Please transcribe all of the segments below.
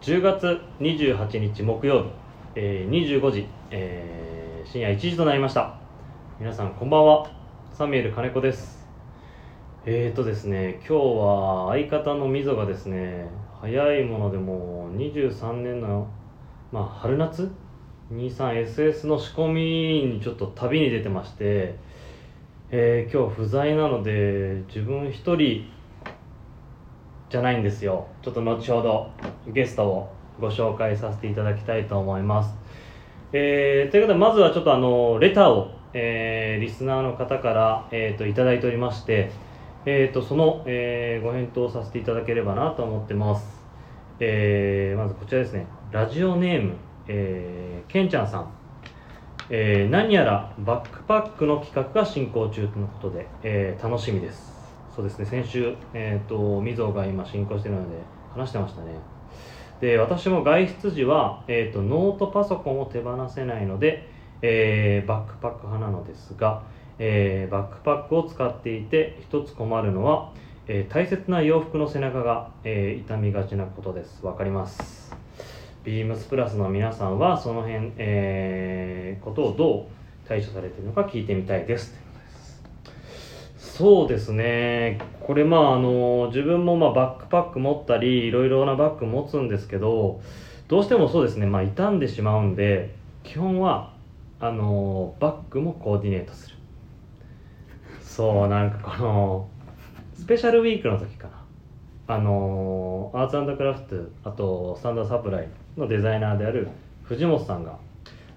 10月28日木曜日、えー25時、えー深夜1時となりました皆さんこんばんはサミュエル金子ですえーとですね今日は相方の溝がですね早いものでもう23年の、まあ、春夏 23SS の仕込みにちょっと旅に出てまして、えー今日不在なので自分一人じゃないんですよちょっと後ほどゲストをご紹介させていただきたいと思います、えーということでまずはちょっとあのレターを、えーリスナーの方から、えー、といただいておりまして、えー、とその、えーご返答させていただければなと思ってます、えーまずこちらですねラジオネーム、えー、けんちゃんさんえー何やらバックパックの企画が進行中とのことで、えー楽しみですそうですね先週えっ、とみぞが今進行してるので話してましたねで私も外出時は、えー、とノートパソコンを手放せないので、えーバックパック派なのですが、えーバックパックを使っていて一つ困るのは、えー大切な洋服の背中が、えー痛みがちなことですわかりますビームスプラスの皆さんはその辺、えーことをどう対処されているのか聞いてみたいですということですそうですねこれまああの自分もまあバックパック持ったりいろいろなバッグ持つんですけどどうしてもそうですねまあ傷んでしまうんで基本はあのバッグもコーディネートするそうなんかこのスペシャルウィークの時かなあのーアーツクラフトあとスタンダードサプライのデザイナーである藤本さんが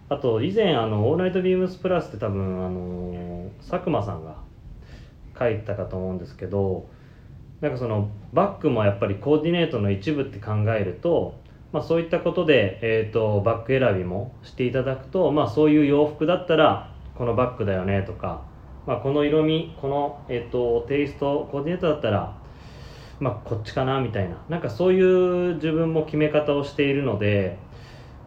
あと以前あの「オールナイトビームスプラス」って多分、あのー佐久間さんが書いたかと思うんですけどなんかそのバッグもやっぱりコーディネートの一部って考えると、まあ、そういったことで、えー、とバッグ選びもしていただくと、まあ、そういう洋服だったらこのバッグだよねとか、まあ、この色味この、えー、とテイストコーディネートだったらまあ、こっちかなみたいななんかそういう自分も決め方をしているので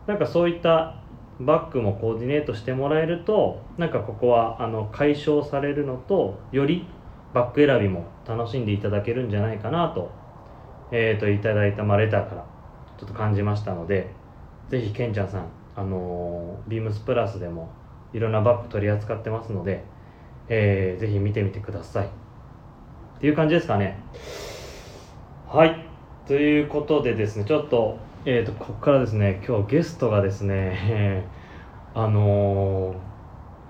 なんかそういったバッグもコーディネートしてもらえるとなんかここはあの解消されるのとよりバッグ選びも楽しんでいただけるんじゃないかなと,、えー、といただいた、まあ、レターからちょっと感じましたのでぜひけんちゃんさん、あのービームスプラスでもいろんなバッグ取り扱ってますので、えーぜひ見てみてくださいっていう感じですかねはいということでですねちょっと,、えー、とここからですね今日ゲストがですね あの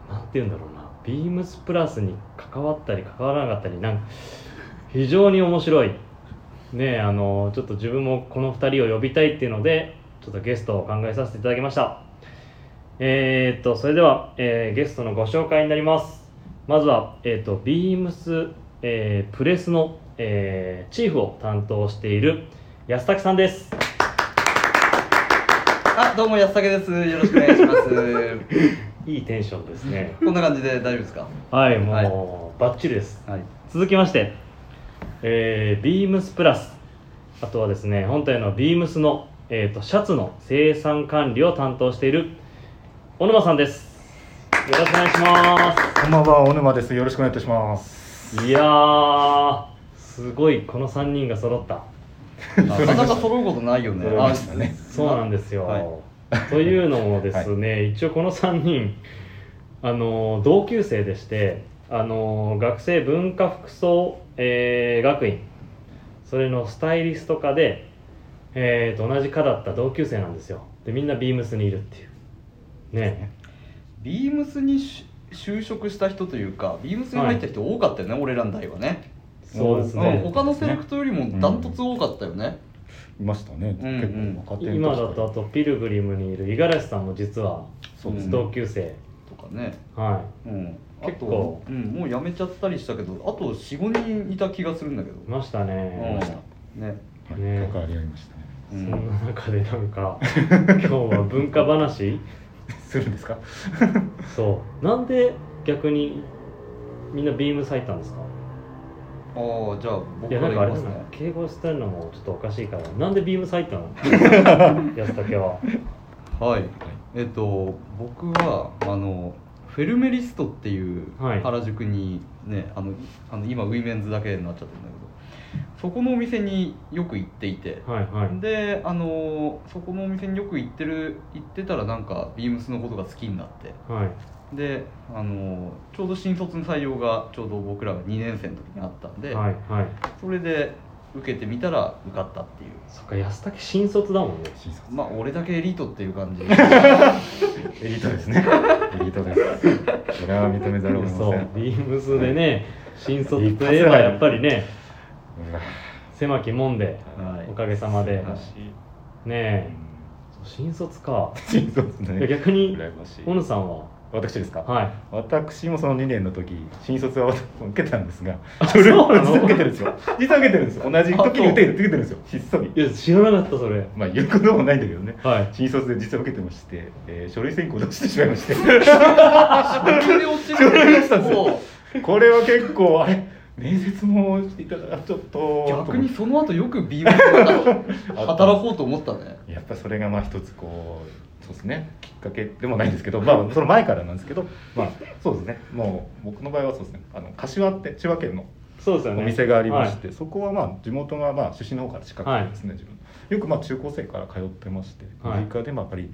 ー、なんて言うんだろうなビームスプラスに関わったり関わらなかったりなんか非常に面白いねあのーちょっと自分もこの2人を呼びたいっていうのでちょっとゲストを考えさせていただきましたえー、っとそれでは、えーゲストのご紹介になりますまずは、えー、とビームス、えープレスの、えーチーフを担当している安武さんですあ、どうも安武です。よろしくお願いします。 いいテンションですねこんな感じで大丈夫ですか。はいもう、 はいバッチリですはい。続きまして、えー、ビームスプラスあとはですね本体のビームスの、えー、とシャツの生産管理を担当している小沼さんですよろしくお願いしまこんばんは、小沼です。よろしくお願いいたします。すいやーすごいこの3人が揃ったなかなか揃うことない よね。揃いましたねそうなんですよ、はいというのもですね、一応この3人あの同級生でしてあの学生文化服装、えー学院それのスタイリスト科で、えーと同じ科だった同級生なんですよでみんなビームスにいるっていうねビームスにし就職した人というか、ビームスに入った人多かったよね。俺らの代はね。そうですうん、ね他のセレクトよりもダントツ多かったよね。いましたね。うんうん結構若手の時今だとあとピルグリムにいる五十嵐さんも実はそうですんね。同級生、とかね。はうん。あと結構うん、もう辞めちゃったりしたけど、あと四五人いた気がするんだけど。いいましたね、うん。ね。はいね関わりありましたね。うそんん。な中でなんか今日は文化話するんですか。そうなんで逆にみんなビームス入ったんですかああ、じゃあ僕いかやなんからあれいきまだすなね。敬語したのもちょっとおかしいからなんでビームス入ったの 安武ははい、えっと僕はあのフェルメリストっていうはい原宿にね、あのあの今ウィメンズだけになっちゃってるんだけどそこのお店によく行っていてはいはいであのそこのお店によく行ってる行ってたらなんかビームスのことが好きになってはいであのちょうど新卒の採用がちょうど僕らが2年生の時にあったんで、はいはいそれで受けてみたら受かったっていうそっか安武新卒だもんね新卒まあ俺だけエリートっていう感じエリートですねエリート ですそれは認めざるを得まそせうんビームスでね新卒といえばやっぱりねうわ狭き門ではおかげさまではねえ新卒か新卒いやね逆に羨ましい小野さんは私ですかはい私もその2年の時新卒は受 けたんですがそうなの実は 受けてるんです よ実は受けてるんですよ同じ時に受けてる受けてるんですよひっそりいや知らなかったそれまあ言うこともないんだけどねはい新卒で実は受けてまして、えー書類選考を出してしまいまして 急に落ち急に落ちたるんですよもこれは結構あれ面接もしていたからちょっとう逆にその後よくビームス が働こうと思ったねやっぱそれがまあ一つこうそうですねきっかけでもないんですけど、まあ、その前からなんですけど、まあ、そうですねもう僕の場合はそうですねあの柏って千葉県のそうですよねお店がありまして、そこはまあ地元がまあ出身の方から近くてですね、自分よくまあ中高生から通ってましてはいアメリカでもやっぱり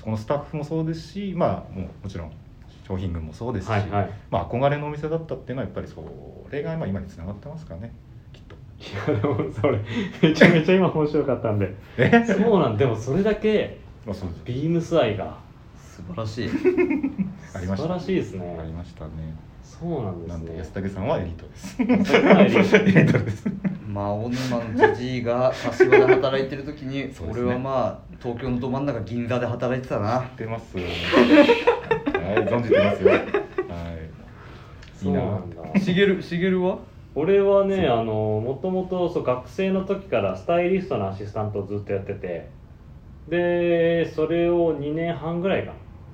そのスタッフもそうですしまあもうもちろん商品群もそうですし、はいはいはいまあ、憧れのお店だったっていうのはやっぱりそれがまあ今につながってますからねきっと。いやでもそれめちゃめちゃ今面白かったんでえ そうなんでもそれだけまあ、そうですビームス愛が素晴らしいあり素ました晴らしいですありねましたね。そうなんですなんでね安武さんはエリートです。そこがエリートエリートです。まあ大沼のじじいが柏で働いてる時に、そうです俺ねはまあ東京のど真ん中銀座で働いてたな出ます。はい、存じてますよ。はい。いそいうななんだしげるしげるは俺はねそあのもともとそう学生の時からスタイリストのアシスタントをずっとやっててでそれを2年半ぐらいか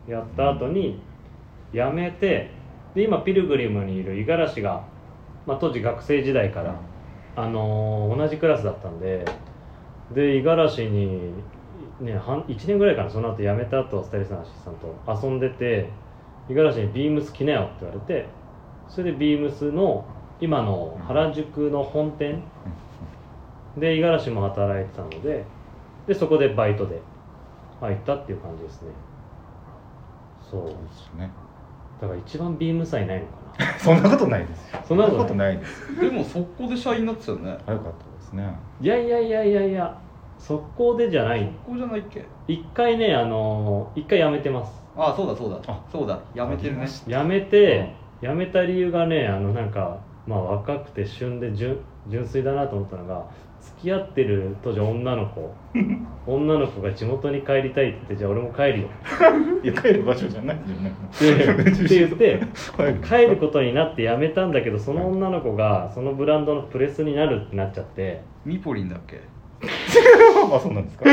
なやった後に辞めてで今ピルグリムにいる五十嵐が、まあ、当時学生時代から、あのー同じクラスだったんでで五十嵐に、ね、半1年ぐらいかなその後辞めた後スタイリストのアシスタント遊んでて五十嵐に「ビームス来なよ」って言われてそれでビームスの今の原宿の本店で五十嵐も働いてたのででそこでバイトで入ったっていう感じですねそうそうですね。だから一番ビームさえないのかなそんなことないですよ。そんなことないないです。でも速攻で社員になってたよねあよかったですね。いやいやいやいやいや速攻でじゃない速攻じゃないっけ一回ねあの一回辞めてますああそうだそうだあそうだやめてるありまねし辞めて辞めた理由がねあのなんかまあ若くて旬で純純粋だなと思ったのが付き合ってる当時女の子女の子が地元に帰りたいって言ってじゃあ俺も帰るよいや帰る場所じゃないじゃない。ってって言って帰る。帰ることになって辞めたんだけどその女の子がそのブランドのプレスになるってなっちゃってミポリンだっけ あ、そうなんですか。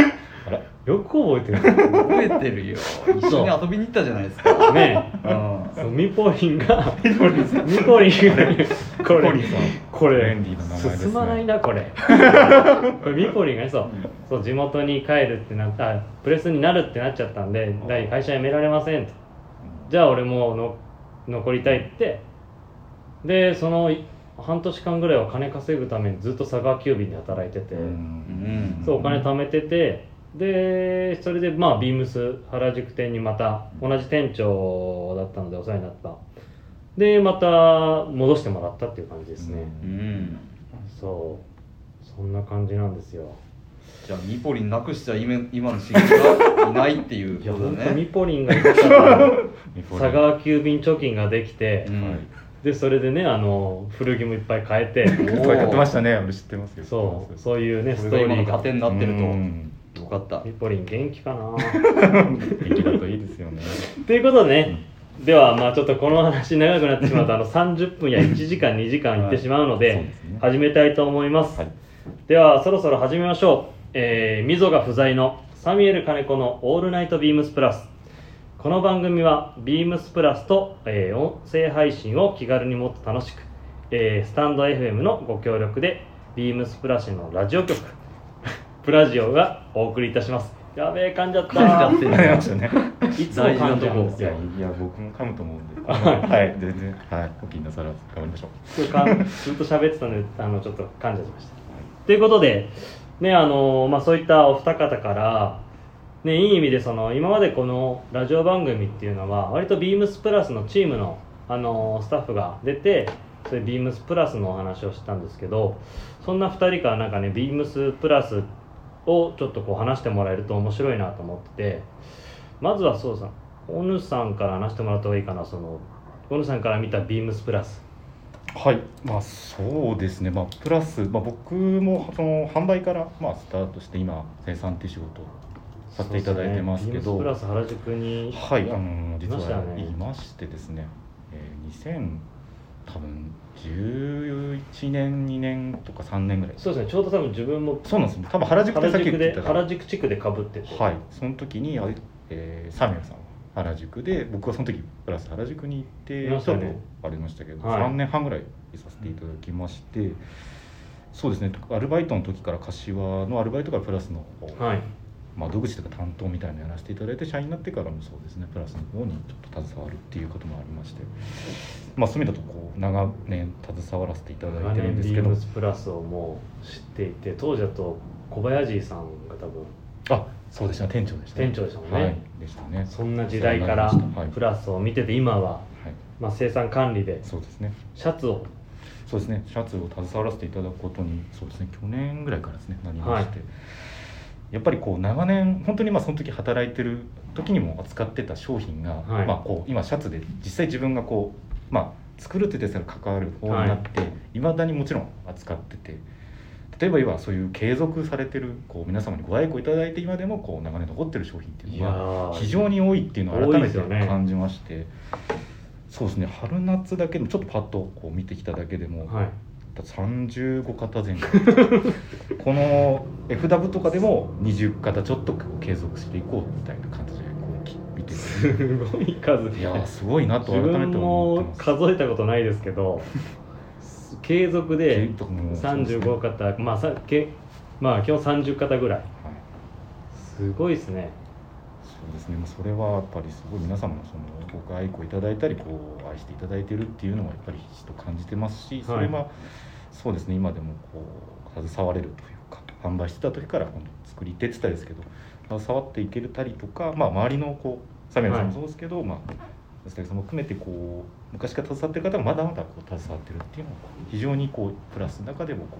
あら、よく覚えて る覚えてるよ一緒に遊びに行ったじゃないですかねえうんそうミポリンがミポリンがこれポリさん。これ便利な名前ですね進まないなこ れこれミポリンがねそうそう地元に帰るってなったあプレスになるってなっちゃったんでん大会社辞められませんとじゃあ俺もの残りたいってでその半年間ぐらいは金稼ぐためにずっと佐川急便で働いてて、んそうお金貯めててでそれでまあビームス原宿店にまた同じ店長だったのでお世話になったでまた戻してもらったっていう感じですね、うんうんそうそんな感じなんですよじゃあミポリンなくしちゃ今今のしげるがいないっていういやこ本と当だミねポリンがいたからミポリン佐川急便貯金ができて、うはいんでそれでねあの古着もいっぱい買えて そうやってましたね。俺知ってますよ。そうう。そういうねこスれトがー今リのーが糧になってるうんとよかったミポリン元気かな元気だといいですよね。ということでね、ではまあちょっとこの話長くなってしまうとあの30分や1時間2時間いってしまうので,、はいそうですね始めたいと思います、はいではそろそろ始めましょうえー、みぞが不在のサミュエル金子の「オールナイトビームスプラス」この番組はビームスプラスと、えー音声配信を気軽にもっと楽しく、えースタンド FM のご 協力でビームスプラスのラジオ局プラジオがお送りいたしますやべえ噛んじゃっ噛んじゃたってるなりましたね。いつも噛んじゃうんですい よやいや僕も噛むと思うんで。 はい全然はいお気になさらず頑張りましょう。ずっと噛んずっと喋ってたのであのちょっと噛んじゃいましたということでねあのまあそういったお二方からねいい意味でその今までこのラジオ番組っていうのは割とビームスプラスのチームのあのスタッフが出てそれビームスプラスのお話をしたんですけどそんな2人からなんかねビームスプラスをちょっとこう話してもらえると面白いなと思っててまずはそうさんおぬさんから話してもらった方がいいかなそのおぬさんから見たビームスプラスはい、まあ、そうですね、まあ、プラス、まあ、僕もその販売から、まあ、スタートして今生産っていう仕事をさせていただいてますけそうどですねビームスプラス原宿にはいあの実いましたよはねいましてですねえー2000多分11年2年とか3年ぐらいそうですねちょうど多分自分もそうなんです多分原宿って原さっき言宿ってでた原宿地区でかぶってて、はい、その時にあれ、えーサミュエルさんは原宿で僕はその時プラス原宿に行っていましたねちょっとありましたけど、はい3年半ぐらいいさせていただきまして、そうですねアルバイトの時から柏のアルバイトからプラスの、はい窓口とか担当みたいなのやらせていただいて社員になってからもそうですねプラスの方にちょっと携わるっていうこともありまして、まあ、そういう意味だとこう長年携わらせていただ長いてる年んでビすけーどムスプラスをもう知っていて当時だと小林さんが多分あそうでした店長でした、店長でしたもんねはい、でしたねそんな時代からはいプラスを見てて今は、はい、まあ、生産管理でそうですねシャツをそうですね、シャツを携わらせていただくことにそうですね去年ぐらいからですねなりまして、やっぱりこう長年本当にまあその時働いてる時にも扱ってた商品が、はいまあ、こう今シャツで実際自分がこう、まあ、作るってですら関わる方になって、いまだにもちろん扱ってて。例えば今そういう継続されてるこう皆様にご愛顧いただいて今でもこう長年残ってる商品っていうのはー非常に多いっていうの多をい改でめすてよね感じまして、そうですね春夏だけでもちょっとパッとこう見てきただけでも、はい35型前後 この FW とかでも20型ちょっと継続していこうみたいな感じでこうき見ててすごい数いやーすごいなと自改分めて思ってもます。数えたことないですけど継続で35型、型まあさけまあ基本30型ぐらいはいすごいですねそうですね、まあ、それはやっぱりすごい皆様のそのご愛顧いただいたりこう愛していただいてるっていうのはやっぱりひしと感じてますしそれは、そうですね今でもこう携われるというか販売してた時から今度作り手って言ったらですけど触っていけたりとか、まあ、周りのこうサミュエルさんもそうですけど、まあ安田さんも含めてこう昔から携わってる方がまだまだこう携わってるっていうのは非常にこうプラスの中でもこ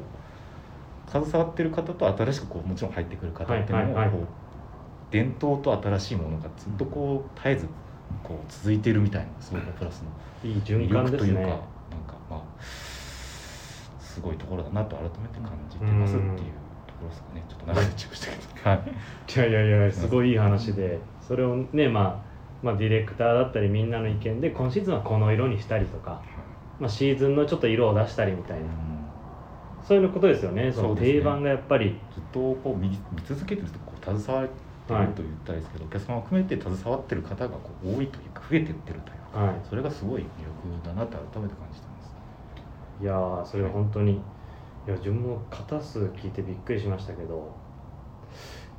う携わってる方と新しくこうもちろん入ってくる方っていうのもこう、はいはいはい伝統と新しいものがずっとこう絶えずこう続いてるみたいなすごいプラスのいい魅循環力でとすいうか、ねなんかまあすごいところだなと改めて感じてますっていうところですかねちょっと長いちゃいましたけどはい。いやいやいやすごいいい話でそれをねまあまあ、ディレクターだったりみんなの意見で今シーズンはこの色にしたりとか、まあ、シーズンのちょっと色を出したりみたいなそういうことですよねそそのうですね定番がやっぱりずっとこう見見続けてるとこう携わってると言ったらいいですけど、お客様を含めて携わってる方がこう多いというか増えてってるというかはそれがすごい魅力だなと改めて感じてます。い、いやーそれは本当にいや自分も型数聞いてびっくりしましたけど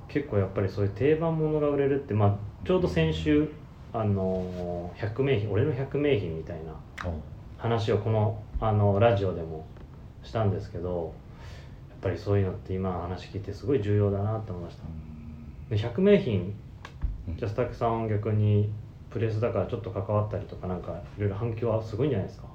結構やっぱりそういう定番ものが売れるって、まあ、ちょうど先週、あのー百名品俺の百名品みたいな話をこのあのラジオでもしたんですけどやっぱりそういうのって今の話聞いてすごい重要だなって思いましたで100名品うんじゃあスタッフさんは逆にプレスだからちょっと関わったりとかなんかいろいろ反響はすごいんじゃないですか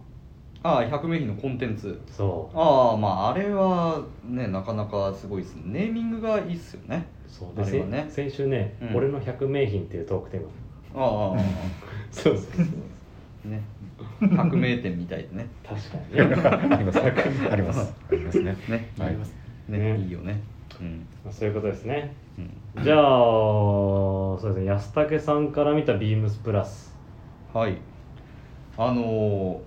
ああ100名品のコンテンツそうああまああれはねなかなかすごいですねネーミングがいいっすよねそうあで、れはせね先週ね、うん俺の100名品」っていうトークテーマあああそうそうそうあね革命店みたいでね 確かにねあります。 あります。ありますね。ねはいいねねいいよねうん、まあそういうことですねうん、じゃあそうですね安武さんから見たビームスプラスはいあのー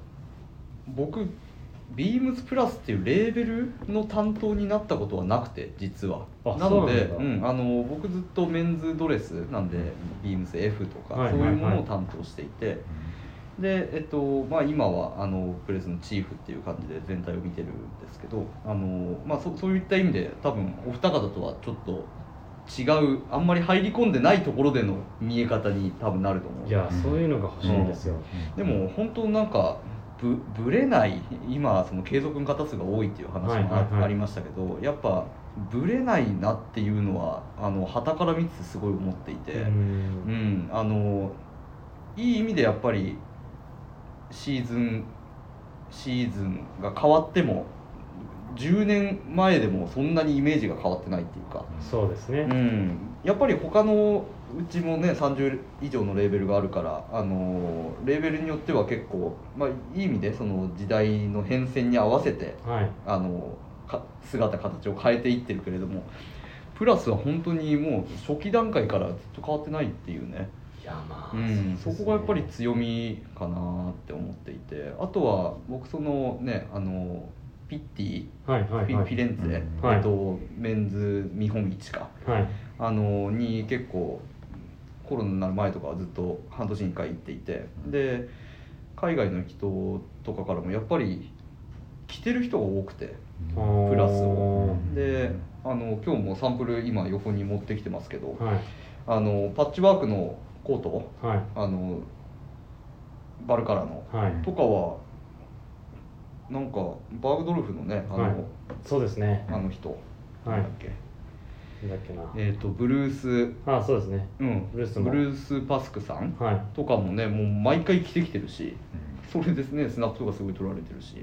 僕ビームスプラスっていうレーベルの担当になったことはなくて実はあなのでそううなんんあのー僕ずっとメンズドレスなんでビームス F とか、はいそういうもはいはのをい担当していてでえっとまあ、今はあのプレスのチーフっていう感じで全体を見てるんですけどあの、まあ、そそういった意味で多分お二方とはちょっと違うあんまり入り込んでないところでの見え方に多分なると思ういやうんそういうのが欲しいんですよ、でも本当なんかぶぶれない今その継続の方数が多いっていう話もはいはいはいあありましたけどやっぱぶれないなっていうのはあの傍から見つつすごい思っていて、ううんん、あのいい意味でやっぱりシーズンシーズンが変わっても10年前でもそんなにイメージが変わってないっていうか、そうですね、うん、やっぱり他のうちもね30以上のレーベルがあるからあのレーベルによっては結構、まあ、いい意味でその時代の変遷に合わせてはいあのか姿形を変えていってるけれどもプラスは本当にもう初期段階からずっと変わってないっていうね、いやまあ、うん、うですそねこがやっぱり強みかなって思っていてあとは僕そのねあのピッティはいはいフはィいフィレンツェ、はいえっと、メンズ見本市かはいあのに結構コロナになる前とかはずっと半年に1回行っていてで海外の人とかからもやっぱり着てる人が多くて。プラスをであの今日もサンプル今横に持ってきてますけどはいあのパッチワークのコートはいあのバルカラのはいとかはなんかバーグドルフのねあの,、はいそうですねあの人、はいなんだっけなんだっけなえっ、とブルース、あそうですねうん、ブルースもースパスクさんはいとかもねもう毎回着てきてるしうんそれですねスナップとかすごい取られてるし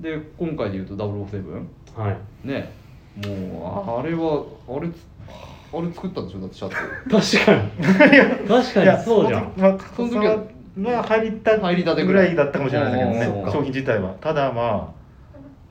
で今回で言うと007はいねもうああれはあれつあれ作ったんでしょだってシャツ 確か に確いかにやそうじゃんまあ、そそのの時時はは、まあ、入りた入りたてぐぐらいらいだったかもしれないですけおーそどっかね商品自体はただまあ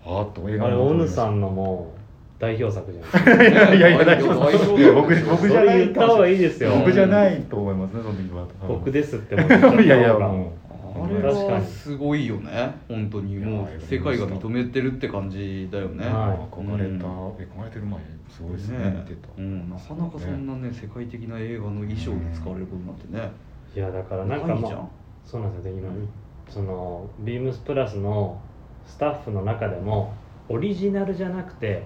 あーっと映あれのオヌさんのもう代表作じゃないですいかやいやいや大丈夫ですいや僕そ僕れじゃない言った方がいいですよ僕じゃないと思いますねその時は僕でですってもう言っちゃった方がいやいやもあれ確かはにすごいよね本当にもう世界が認めてるって感じだよね、うはい憧れたうえ憧れてる前すごいですね見ねてたうん、なかなかそんなね世界的な映画の衣装に使われることなんてねいやだからなんかないまじゃあんそうなんですよね今そのビームスプラスのスタッフの中でもオリジナルじゃなくて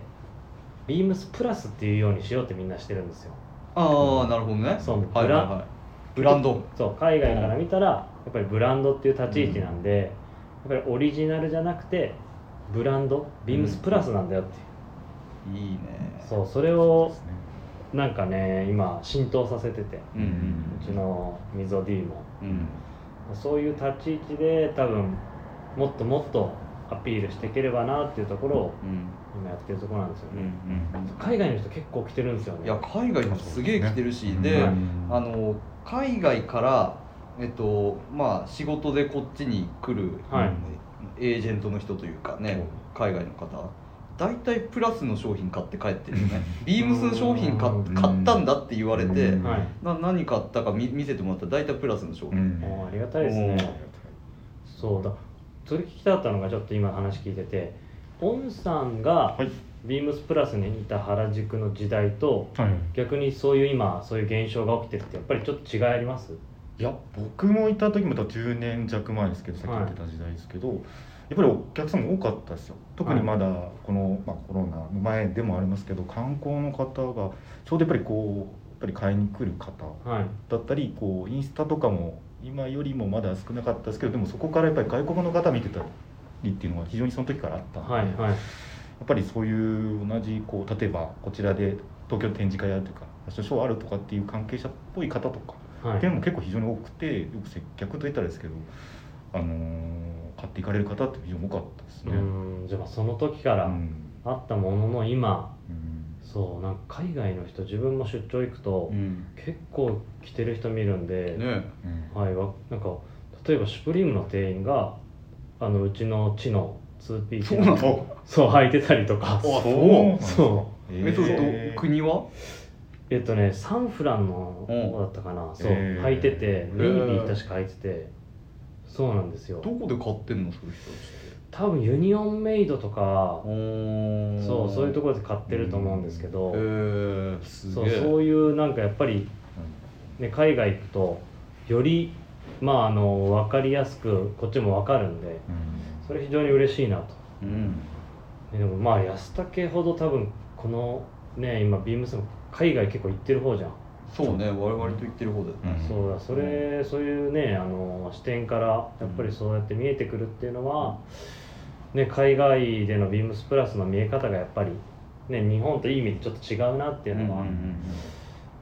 ビームスプラスっていうようにしようってみんなしてるんですよああなるほどねそうはいはいはいブランドそう海外から見たらやっぱりブランドっていう立ち位置なんで、やっぱりオリジナルじゃなくてブランドビームスプラスなんだよっていう、いいねそうそれをですねなんかね今浸透させててうんうんうちの溝 D もうんそういう立ち位置で多分もっともっとアピールしていければなっていうところをうん今やってるところなんですようんうね、ん海外の人結構来てるんですようねんいや海外もすげえ来てるしで,、うんあの海外からえっとまあ仕事でこっちに来るはいエージェントの人というかね、海外の方大体プラスの商品買って帰ってるよねビームスの商品買うん買ったんだって言われてうんはい、な何買ったか見見せてもらったら大体プラスの商う品、んもうありがたいですね、うんそうだそれ聞きたかったのがちょっと今話聞いててオンさんがはいビームスプラスにいた原宿の時代とはい逆にそういう今そういう現象が起きてるってやっぱりちょっと違いありますいや僕もいた時もだから10年弱前ですけどさっき言ってた時代ですけど、やっぱりお客さんも多かったですよ特にまだこの、まあ、コロナの前でもありますけど観光の方がちょうどやっぱりこうやっぱり買いに来る方はいだったりこうインスタとかも今よりもまだ少なかったですけどでもそこからやっぱり外国の方見てたりっていうのが非常にその時からあったんで、はいやはいっぱりそういう同じこう例えばこちらで東京展示会やるとかファッションショーあるとかっていう関係者っぽい方とかはいでも結構非常に多くてよく接客と言ったらですけど、あのー買っていかれる方って非常に多かったですうね。ーんじゃあまあその時かうらんあったものの今うんそうなんか海外の人自分も出張行くとうん結構来てる人見るんで、ねうんはいわなんか例えばシュプリームの店員があのうちの地の 2P そうなのそう履いてたりとかあそうそえそれえどー国はうえっとねサンフランのうん方だったかな、そう、へー履いててネイビへーー確か履いててそうなんですよどこで買ってんのそういう人たちって多分ユニオンメイドとかそうそういうとこころで買ってると思うんですけど、へえすそげうえそういうなんかやっぱり、ね、海外行くとよりまああの分かりやすくこっちも分かるんでうんそれ非常に嬉しいなとうんねでもまあ安武ほど多分このね今ビームスも海外結構行ってる方じゃん、そうね我々と言ってる方で、うんそうだそれそういうねあの視点からやっぱりそうやって見えてくるっていうのは、ね、海外でのビームスプラスの見え方がやっぱり、ね、日本といい意味でちょっと違うなっていうのは、うんうんうん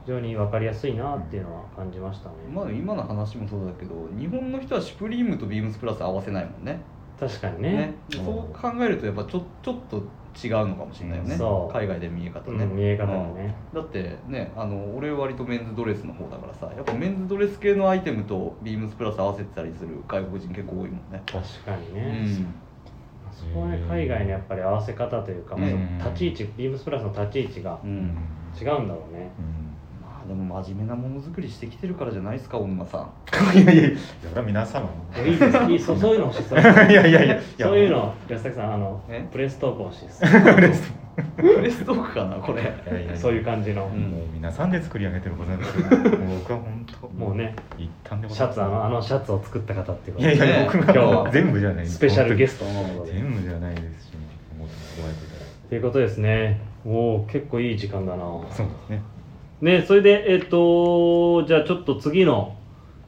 非常に分かりやすいなっていうのは感じましたね、まあ今の話もそうだけど日本の人はシュプリームとビームスプラス合わせないもんね確かにねねそう考えるとやっぱちょちょっと違うのかもしれないよねそう海外で見え方うね、ん、見え方がね、だってねあの俺割とメンズドレスの方だからさやっぱメンズドレス系のアイテムとビームスプラス合わせてたりする外国人結構多いもんね確かにうね、んそこはね海外のやっぱり合わせ方というか、まずうん立ち位置ビームスプラスの立ち位置がううんん違うんだろうね、まあでも真面目なものづくりしてきてるからじゃないですか小沼さんうん いやいやいやそれは皆様のいいですいいそうそういうの欲しいそういや いやいやそういうの安崎さんあのえプレストーク欲しいですプレストークかなこれいやいやいやそういう感じの、んもう皆さんで作り上げてることなんですけどもう僕は本当もうね一旦でごシざいャますツあのあのシャツを作った方っていうこいとやいでねや僕今が日全部じゃないスペシャルゲスストのト全部じゃないですしもっと加えていただいということですねおお結構いい時間だなてそうですねねそれでえっ、とじゃあちょっと次の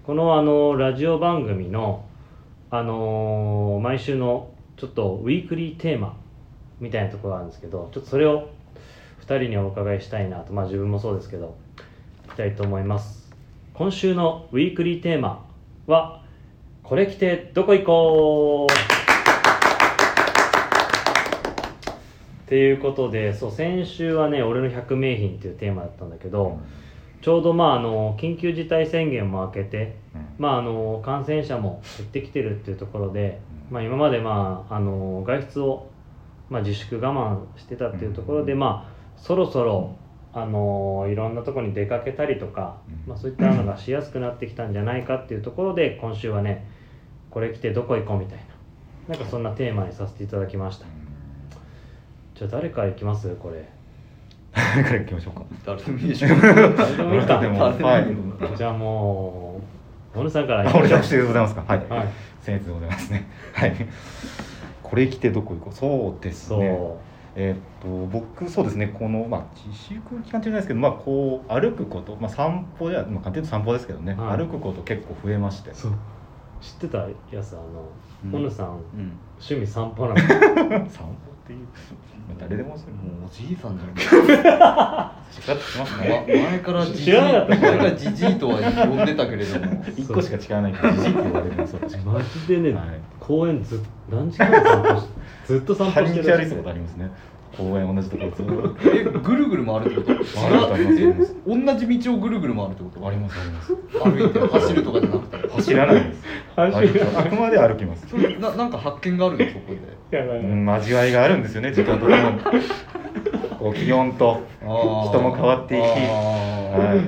このあのラジオ番組のあのー毎週のちょっとウィークリーテーマみたいなところがあるんですけどちょっとそれを2人にお伺いしたいなとまあ自分もそうですけどいきたいと思います今週のウィークリーテーマは「これ着てどこ行こう!」っていうことでそう先週はね「俺の100名品」っていうテーマだったんだけど、ちょうどまああの緊急事態宣言も明けて、うんまあ、あの感染者も減ってきてるっていうところで、うんまあ、今まで、まあ、あの外出を、まあ、自粛我慢してたっていうところで、うんまあ、そろそろあのいろんなところに出かけたりとか、うんまあ、そういったのがしやすくなってきたんじゃないかっていうところで今週はねこれ着てどこ行こうみたいななんかそんなテーマにさせていただきましたじゃあ誰から行きますこれ誰 から行きましょうか誰でもいいでしょ誰でもいい かどなたでも誰でもいいよじゃあもう小野さんからあ行きま 俺しょう私でございますかはい、はい、僭越でございますねはいこれ着てどこ行こうそうですそう、ねえっと僕そうですねこの、まあ、自粛期間中じゃないですけど、まあ、こう歩くこと、まあ、散歩では、まあ、簡単に言うと散歩ですけどね、はい歩くこと結構増えま してそう知ってたやつあのうん小野さんうん趣味散歩なの散歩っていう、まあ、誰でもするももうおじいさんじゃんう違ってますまね前からじじ知いらなかった前からじじいとは呼んでたけれども一個しか違わないからじじいって言われる のそう確か にマジでね、はい公園ずっ何時間散歩 しずっと散歩半して日歩いるたことありますね公園同じとこず っとえぐるぐる回るってこと回ることありますあります同じ道をぐるぐる回るってことありますあります歩いて走るとかじゃなくて走らないです走る歩くあくまで歩きますそれななんか発見があるのそこでやばういん味わいがあるんですよね時間とともにこう気温と人も人も変わっていきは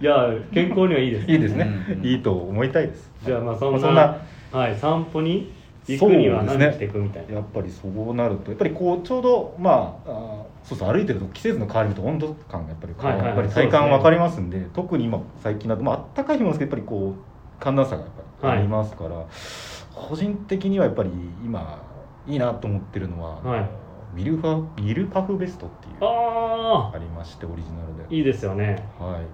いや健康にはいいですいいいですねうんうんいいと思いたいですじゃあまあそんまな,、あそんなはい、散歩に行そうくですねには何していくみたいな、やっぱりそうなるとやっぱりこうちょうどまああーそうそう歩いてると季節の変わり目と温度感がやっぱり変わる、はいはいはいやっぱり体感分かりますんで特に今最近だとまあ暖かい日もですけどやっぱりこう寒暖差がやっぱりありますから、個人的にはやっぱり今いいなと思ってるのは、はいミルファミルパフベストっていうあありましてオリジナルでーいいですよねはい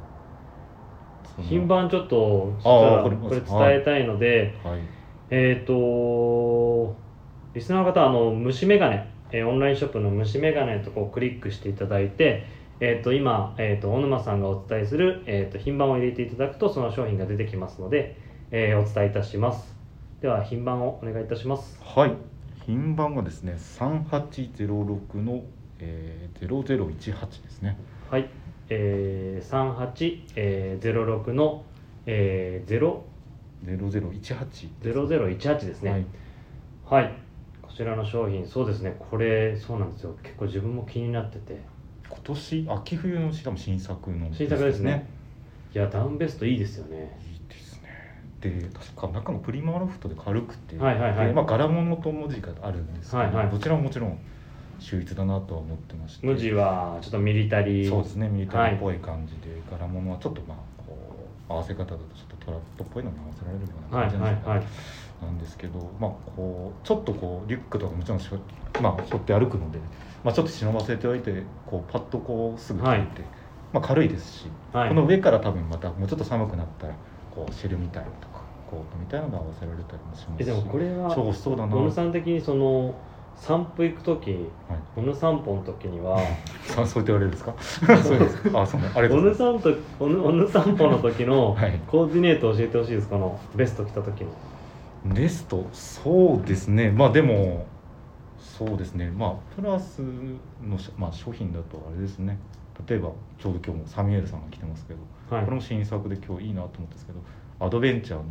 その品番ちょっとしたあーらわこかれります伝えたいので、はいえっ、とリスナーの方はあの虫眼鏡、えーオンラインショップの虫眼鏡のとこをクリックしていただいて、えっと今、えっと小沼さんがお伝えする、えっと品番を入れていただくとその商品が出てきますので、えーお伝えいたしますでは品番をお願いいたしますはい品番がですね3806の、えー、0018ですねはい、えー、3806の、えー、 0018 0018ですねはい、はい、こちらの商品そうですねこれそうなんですよ結構自分も気になってて今年秋冬のしかも新作の新作ですねいやダウンベストいいですよねいいですねで確か中のプリマロフトで軽くて、はいはいはいでまあ、柄物と文字があるんですけど、はいはいどちらももちろん秀逸だなとは思ってまして無地はちょっとミリタリーそうですねミリタリーっぽい感じで、柄物はちょっとまあこう合わせ方だとちょっとトラップっぽいのが合わせられるようなはい感はじいなんですけど、はいなんですけど、まあ、こうちょっとこうリュックとかもちろんしょ、まあ、背負って歩くので、まあ、ちょっと忍ばせておいてこうパッとこうすぐ着て、はいまあ、軽いですし、はいこの上から多分またもうちょっと寒くなったらこうシェルみたいなとかコートみたいなのが合わせられたりもしまえすしでもこれは重宝しそうだな小野さん的にその散歩行く時はい小野散歩の時にはさそう言って言われるんですかそうです かあそうねあり小がとうご野ざいさんと小野小野散歩の時 のます、はい、コーディネート教えてほしいですこのベスト着た時のレストそうですねまあでもそうですねまあプラスのし、まあ、商品だとあれですね例えばちょうど今日もサミュエルさんが来てますけどはいこれも新作で今日いいなと思ったんですけどアドベンチャーの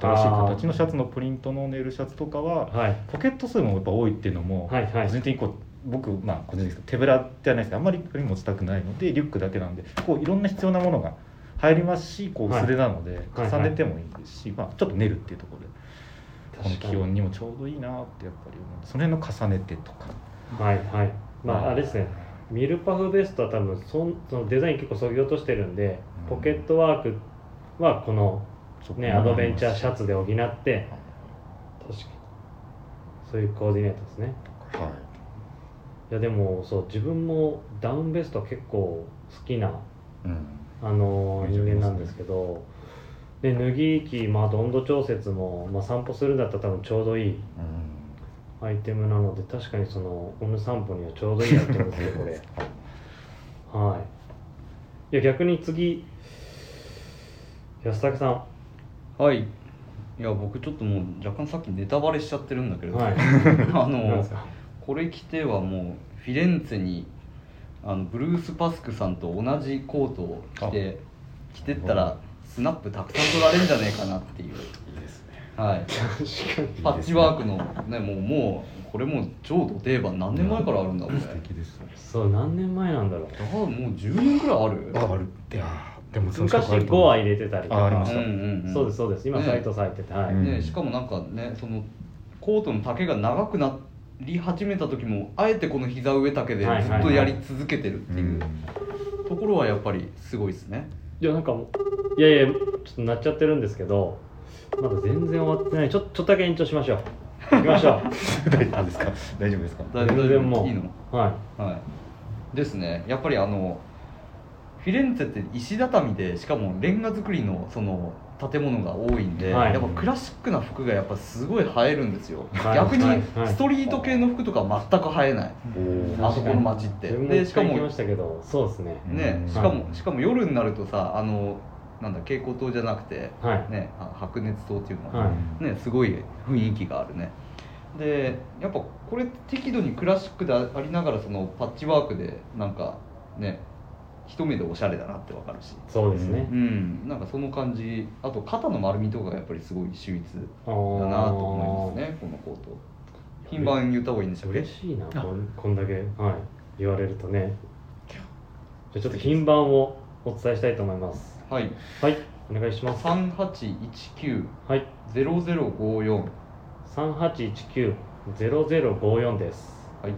新しい形のシャツのプリントのネイルシャツとかははいポケット数もやっぱ多いっていうのも、はいは個い人的にこう僕まあ個人的に手ぶらじゃないですけどあんまりこれ持ちたくないのでリュックだけなんでこういろんな必要なものが入りますしこうはい薄手なので、はい重ねてもいいですし、まあ、ちょっと練るっていうところでこの確か気に温にもちょうどいいなってやっぱり思うその辺の重ねてとかはいはいまああれですねミルパフベストは多分そんそのデザイン結構そぎ落としてるんでうんポケットワークはこのちょっとねアドベンチャーシャツで補っはて確かにそういうコーディネートですねい、いやでもそう自分もダウンベストは結構好きなうん、あのいいじゃ人ない間ですかなんですけどで脱ぎ着、まあ、あと温度調節も、まあ、散歩するんだったら多分ちょうどいいうんアイテムなので確かにそのオヌ散歩にはちょうどいいアイテムですねこれ はいいや逆に次安武さんはいいや僕ちょっともう若干さっきネタバレしちゃってるんだけれど、はい なあんでのすかこれ着てはもうフィレンツェにあのブルース・パスクさんと同じコートを着て着てったらスナップたくさん取られるんじゃねえかなっていう、いいですねはい、確かにパッチワークのねもうもうこれもう超ド定番何年前からあるんだこれ素敵ですねそう何年前なんだろうああもう10年くらいあるああるいやーでもその昔近くある5と思うは入れてたりとあありまかしうたんうんうんそうですそうです今ね斎藤さん入っててはい、うんね、しかもなんかねそのコートの丈が長くなり始めた時もあえてこの膝上丈ではいはいずはっいとやり続けてるってういうんところはやっぱりすごいですねいやなんかもういやいやちょっとなっちゃってるんですけどまだ全然終わってないちょちょっとだけ延長しましょう行きましょ 大丈夫ですか大丈夫ですかだい全然もういいの、 うははい、ですねやっぱりあのフィレンツェって石畳でしかもレンガ造りのその建物が多いんで、はいやっぱクラシックな服がやっぱすごい映えるんですよ、はい逆にはいはいストリート系の服とか全く映えない、おー確かにあそこの街っいて自分もで一しか回行もきましたけどそうですねねうんしかも、はいしかも夜になるとさあのなんだ蛍光灯じゃなくて、はいね、あ白熱灯っていうのが、はいねすごい雰囲気があるねでやっぱこれ適度にクラシックでありながらそのパッチワークでなんかね一目でおしゃれだなってわかるしそうですねう、んなんかその感じあと肩の丸みとかがやっぱりすごい秀逸あだーなと思いますねこのコート品番言った方がいいんでしたっけ嬉しいなあこんこんだけ、はい、言われるとねじゃあちょっと品番をお伝えしたいと思いますはいはいお願いします3819はい0054は3819-0054ですい、こ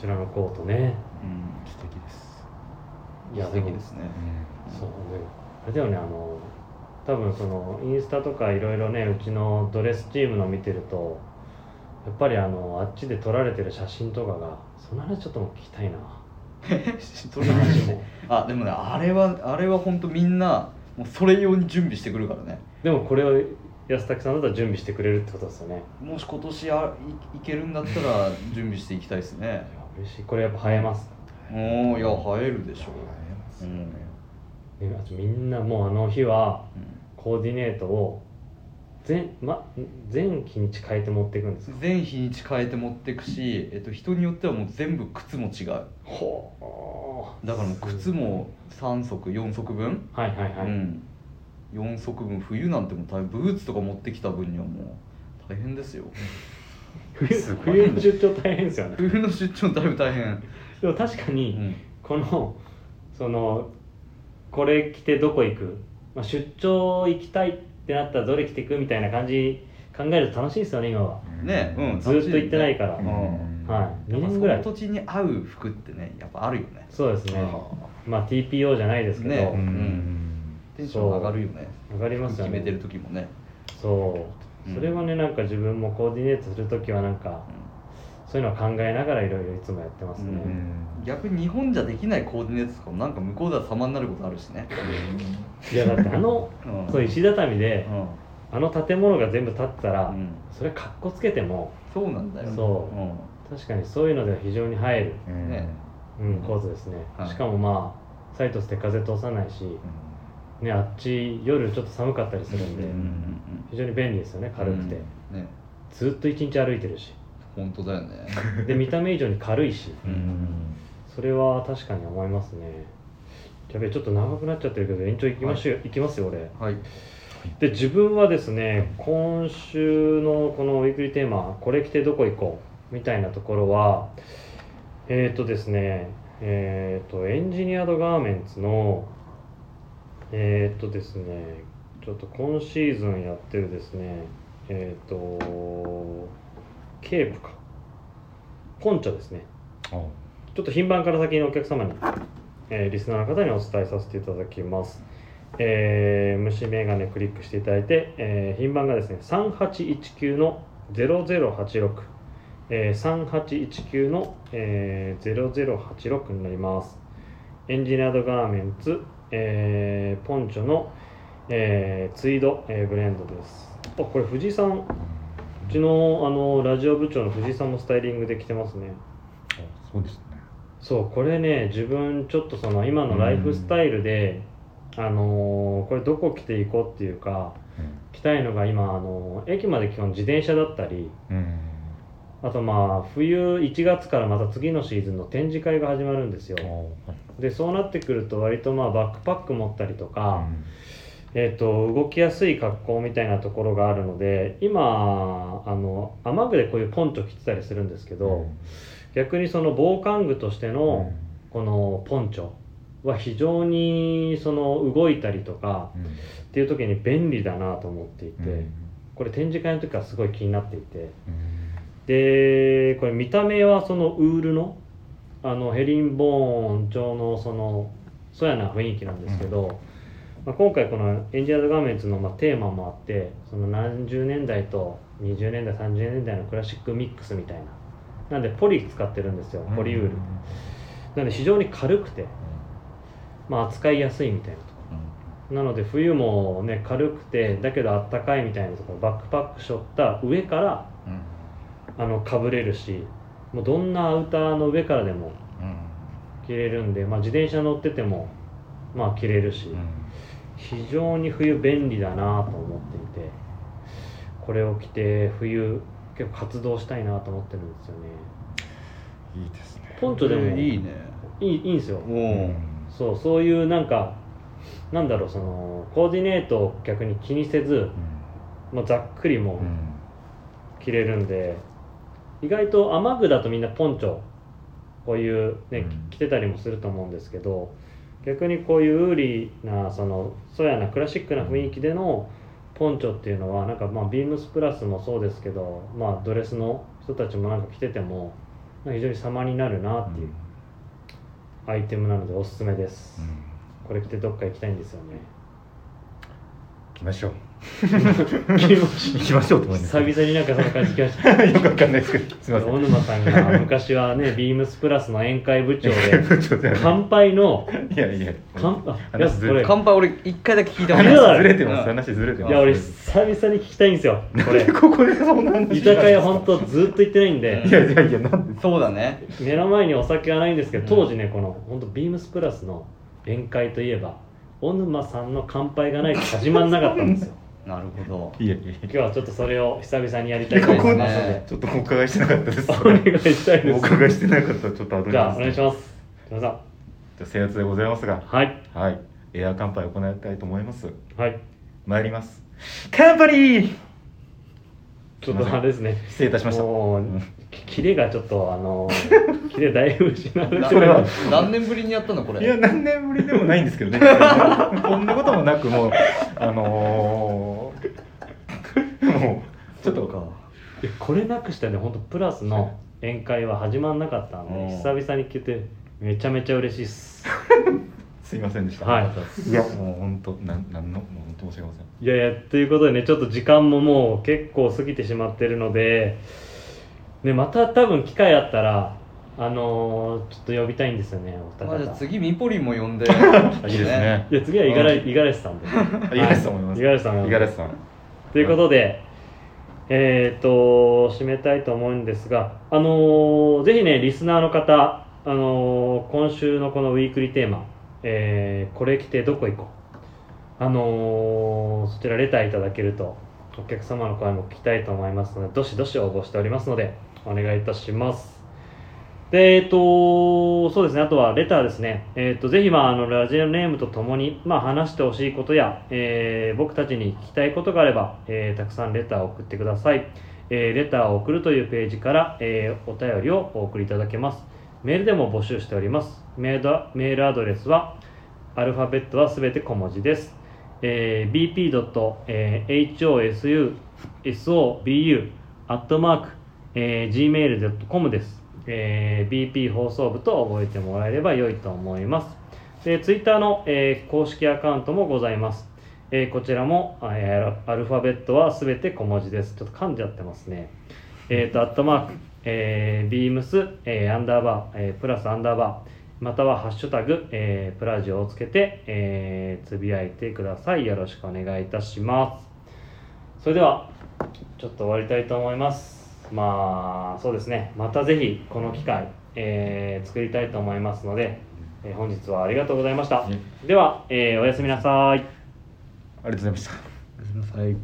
ちらのコートねうん、素敵です、いや素敵ですねそうねあれだよねあの多分そのインスタとかいろいろねうちのドレスチームの見てるとやっぱりあのあっちで撮られてる写真とかがその話ちょっとも聞きたいなそれも あでもねあれはあれは本当みんなもうそれ用に準備してくるからね でもこれを安武さんだったら準備してくれるってことですよねもし今年あいいけるんだったら準備していきたいですねいや嬉しいこれやっぱ映えます、おおいや映えるでしょう、うんね、あとみんなもうあの日はうコーディネートを全,、ま、全日にち変えて持っていくんですかん、全日にち変えて持ってくし、えっと、人によってはもう全部靴も違うほだからもう靴も3足4足分、はいはいはい、うん、4足分冬なんてもう大変ブーツとか持ってきた分にはもう大変ですよ冬すごい冬の出張大変ですよね冬の出張だいぶ大変、でも確かうに、ん、このそのこれ着てどこ行く、まあ、出張行きたいってなったらどれ着てくみたいな感じ考えると楽しいですよね今はねうんずっと行ってないから、んはいやっ2ぱ年ぐらいその土地に合う服ってねやっぱあるよねそうですねまあ TPO じゃないですけど、ねうんテンション上がるよね上がりますよ決めねてる時もねそそううんそれはねなんか自分もコーディネートする時はなんかそういうのを考えながらいろいろいつもやってますね、う逆に日本じゃできないコーディネートとかもなんか向こうでは様になることあるしね、いやだってあの うん、そう石畳でうんあの建物が全部建ってたら、うんそれかっこつけてもそうなんだよそうん確かにそういうのでは非常に映える、うんねうん、構図ですね、はいしかもまあサイトスで風通さないし、ね、あっち夜ちょっと寒かったりするんで、うん非常に便利ですよね軽くて、うんねずっと一日歩いてるし本当だよねで見た目以上に軽いしうんうんそれは確かに思いますねやべえちょっと長くなっちゃってるけど延長いきましょう、い、きますよ俺はいで自分はですね今週のこのウィークリーテーマ「これ着てどこ行こう」みたいなところはえっ、ー、とですねえっ、ー、とエンジニアードガーメンツのえっ、ー、とですねちょっと今シーズンやってるですねえっ、ー、とケープかポンチョですねあちょっと品番から先のお客様に、えーリスナーの方にお伝えさせていただきます。えー虫眼鏡クリックしていただいて、えー品番がですね、3819の0086、えー3819の、えー0086になります。エンジニアードガーメンツ、えーポンチョの、えーツイード、えーブレンドです。あ、これ藤井さん、うちのあのラジオ部長の藤井さんもスタイリングで着てますね。あそうですねそうこれね自分ちょっとその今のライフスタイルで、あのーこれどこ着ていこうっていうか着たいのが今、あのー駅まで基本自転車だったりうんうんあとまあ冬1月からまた次のシーズンの展示会が始まるんですよあはいでそうなってくると割とまあバックパック持ったりとかう、んえっと動きやすい格好みたいなところがあるので今あの雨具でこういうポンチョ着てたりするんですけど、逆にその防寒具としての、このポンチョは非常にその動いたりとかうんっていう時に便利だなと思っていて、うんこれ展示会の時からすごい気になっていてうでんこれ見た目はそのウールのあのヘリンボーン調のそのそやな雰囲気なんですけど、まあ、今回このエンジニアードガーメンツのまあテーマもあってその何十年代と20年代30年代のクラシックミックスみたいななんでポリ使ってるんですよポリウール、なので非常に軽くてまあ、扱いやすいみたいなとこなので冬もね軽くてだけどあったかいみたいなところバックパックしょった上からうんあのかぶれるしもうどんなアウターの上からでも着れるんで、まあ、自転車乗っててもまあ着れるし、うん非常に冬便利だなと思っていてこれを着て冬結構活動したいなと思ってるんですよねうんいいですねポンチョでこもれいいいいねいいんですよおうおんそうそういうなんかなんだろうそのコーディネートを逆に気にせずまあ、ざっくりもうん着れるんで、意外と雨具だとみんなポンチョこういうね、うん着てたりもすると思うんですけど逆にこういうウーリーなそのそやなクラシックな雰囲気でのポンチョっていうのはなんかまあビームスプラスもそうですけど、まあ、ドレスの人たちもなんか着ててもなんか非常に様になるなっていうアイテムなのでおすすめです、うんこれ着てどっか行きたいんですよね行きましょう気持ちいい行きましょうと思いま す久々になんかそんな感じきましたよくわかんないですけどすみません小沼さんが昔は ねビームスプラスの宴会部長で 部長だよね乾杯のいやいや乾あ話やすずこれい乾杯俺一回だけ聞いたいやだ話ずれてます話ずれてますや俺久々に聞きたいんですよこれここでそんな話居酒屋本当ずっと行ってないんでいやいやいやなんでそうだね目の前にお酒はないんですけど当時ねこの本当ビームスプラスの宴会といえば小沼さんの乾杯がないと始まんなかったんです よなるほいやいやい今日はちょっとそれを久々にやりたやいとこ思こいでます すねちょっとお伺いしてなかったですお願いしたいでおす伺いしてなかったらちょっと後でじゃあお願いしまます小沼すじゃあ制圧でございますがさんはいはいエア乾杯を行いたいと思いますはい参りますカンパリーちょっとあれですね失礼いたしましたもううんキレがちょっとあ のーキレだいぶ失われてどなそれは何年ぶりにやったのこれいや何年ぶりでもないんですけどねこんなこともなくもうあのー、もうちょっそうとかいやこれなくしたらね本当プラスの宴会は始まんなかったんうんで久々に来てめちゃめちゃ嬉しいっすすすいませんでした、はいいやもう本当なんなんのもう本当申し訳ございまいやいやということでねちょっと時間ももう結構過ぎてしまってるので、ね、また多分機会あったらあのーちょっと呼びたいんですよねお二方、まあ、じゃあ次ミポリンも呼んでせん いいですねいや次は五十嵐五十嵐さんで 五十嵐さんも呼び五ます十嵐さん五も十嵐さんということで、えっ、と、締めたいと思うんですが、あのーぜひね、リスナーの方、あのー今週のこのウィークリーテーマ、えーこれ着てどこ行こう。あのーそちらレターいただけると、お客様の声も聞きたいと思いますので、どしどし応募しておりますので、お願いいたします。で、えっ、と、そうですね、あとはレターですね。えっ、と、ぜひ、まあ、あの、ラジオネームとともに、まあ、話してほしいことや、えー僕たちに聞きたいことがあれば、えーたくさんレターを送ってください。えーレターを送るというページから、えーお便りをお送りいただけます。メールでも募集しております。メールはメールアドレスは、アルファベットはすべて小文字です。えー、bp.hosobu.gmail.com です。えー BP 放送部と覚えてもらえれば良いと思います。で、Twitter の、えー公式アカウントもございます。えーこちらも、えーアルファベットはすべて小文字です。ちょっと噛んじゃってますね。えっ、と、アットマーク、えー、ビームス、えーアンダーバー、えープラスアンダーバー、またはハッシュタグ、えープラジオをつけて、えーつぶやいてください。よろしくお願いいたします。それでは、ちょっと終わりたいと思います。まあ、そうですね。またぜひ、この機会、えー作りたいと思いますので、えー本日はありがとうございました。では、えーおやすみなさい。ありがとうございましたはい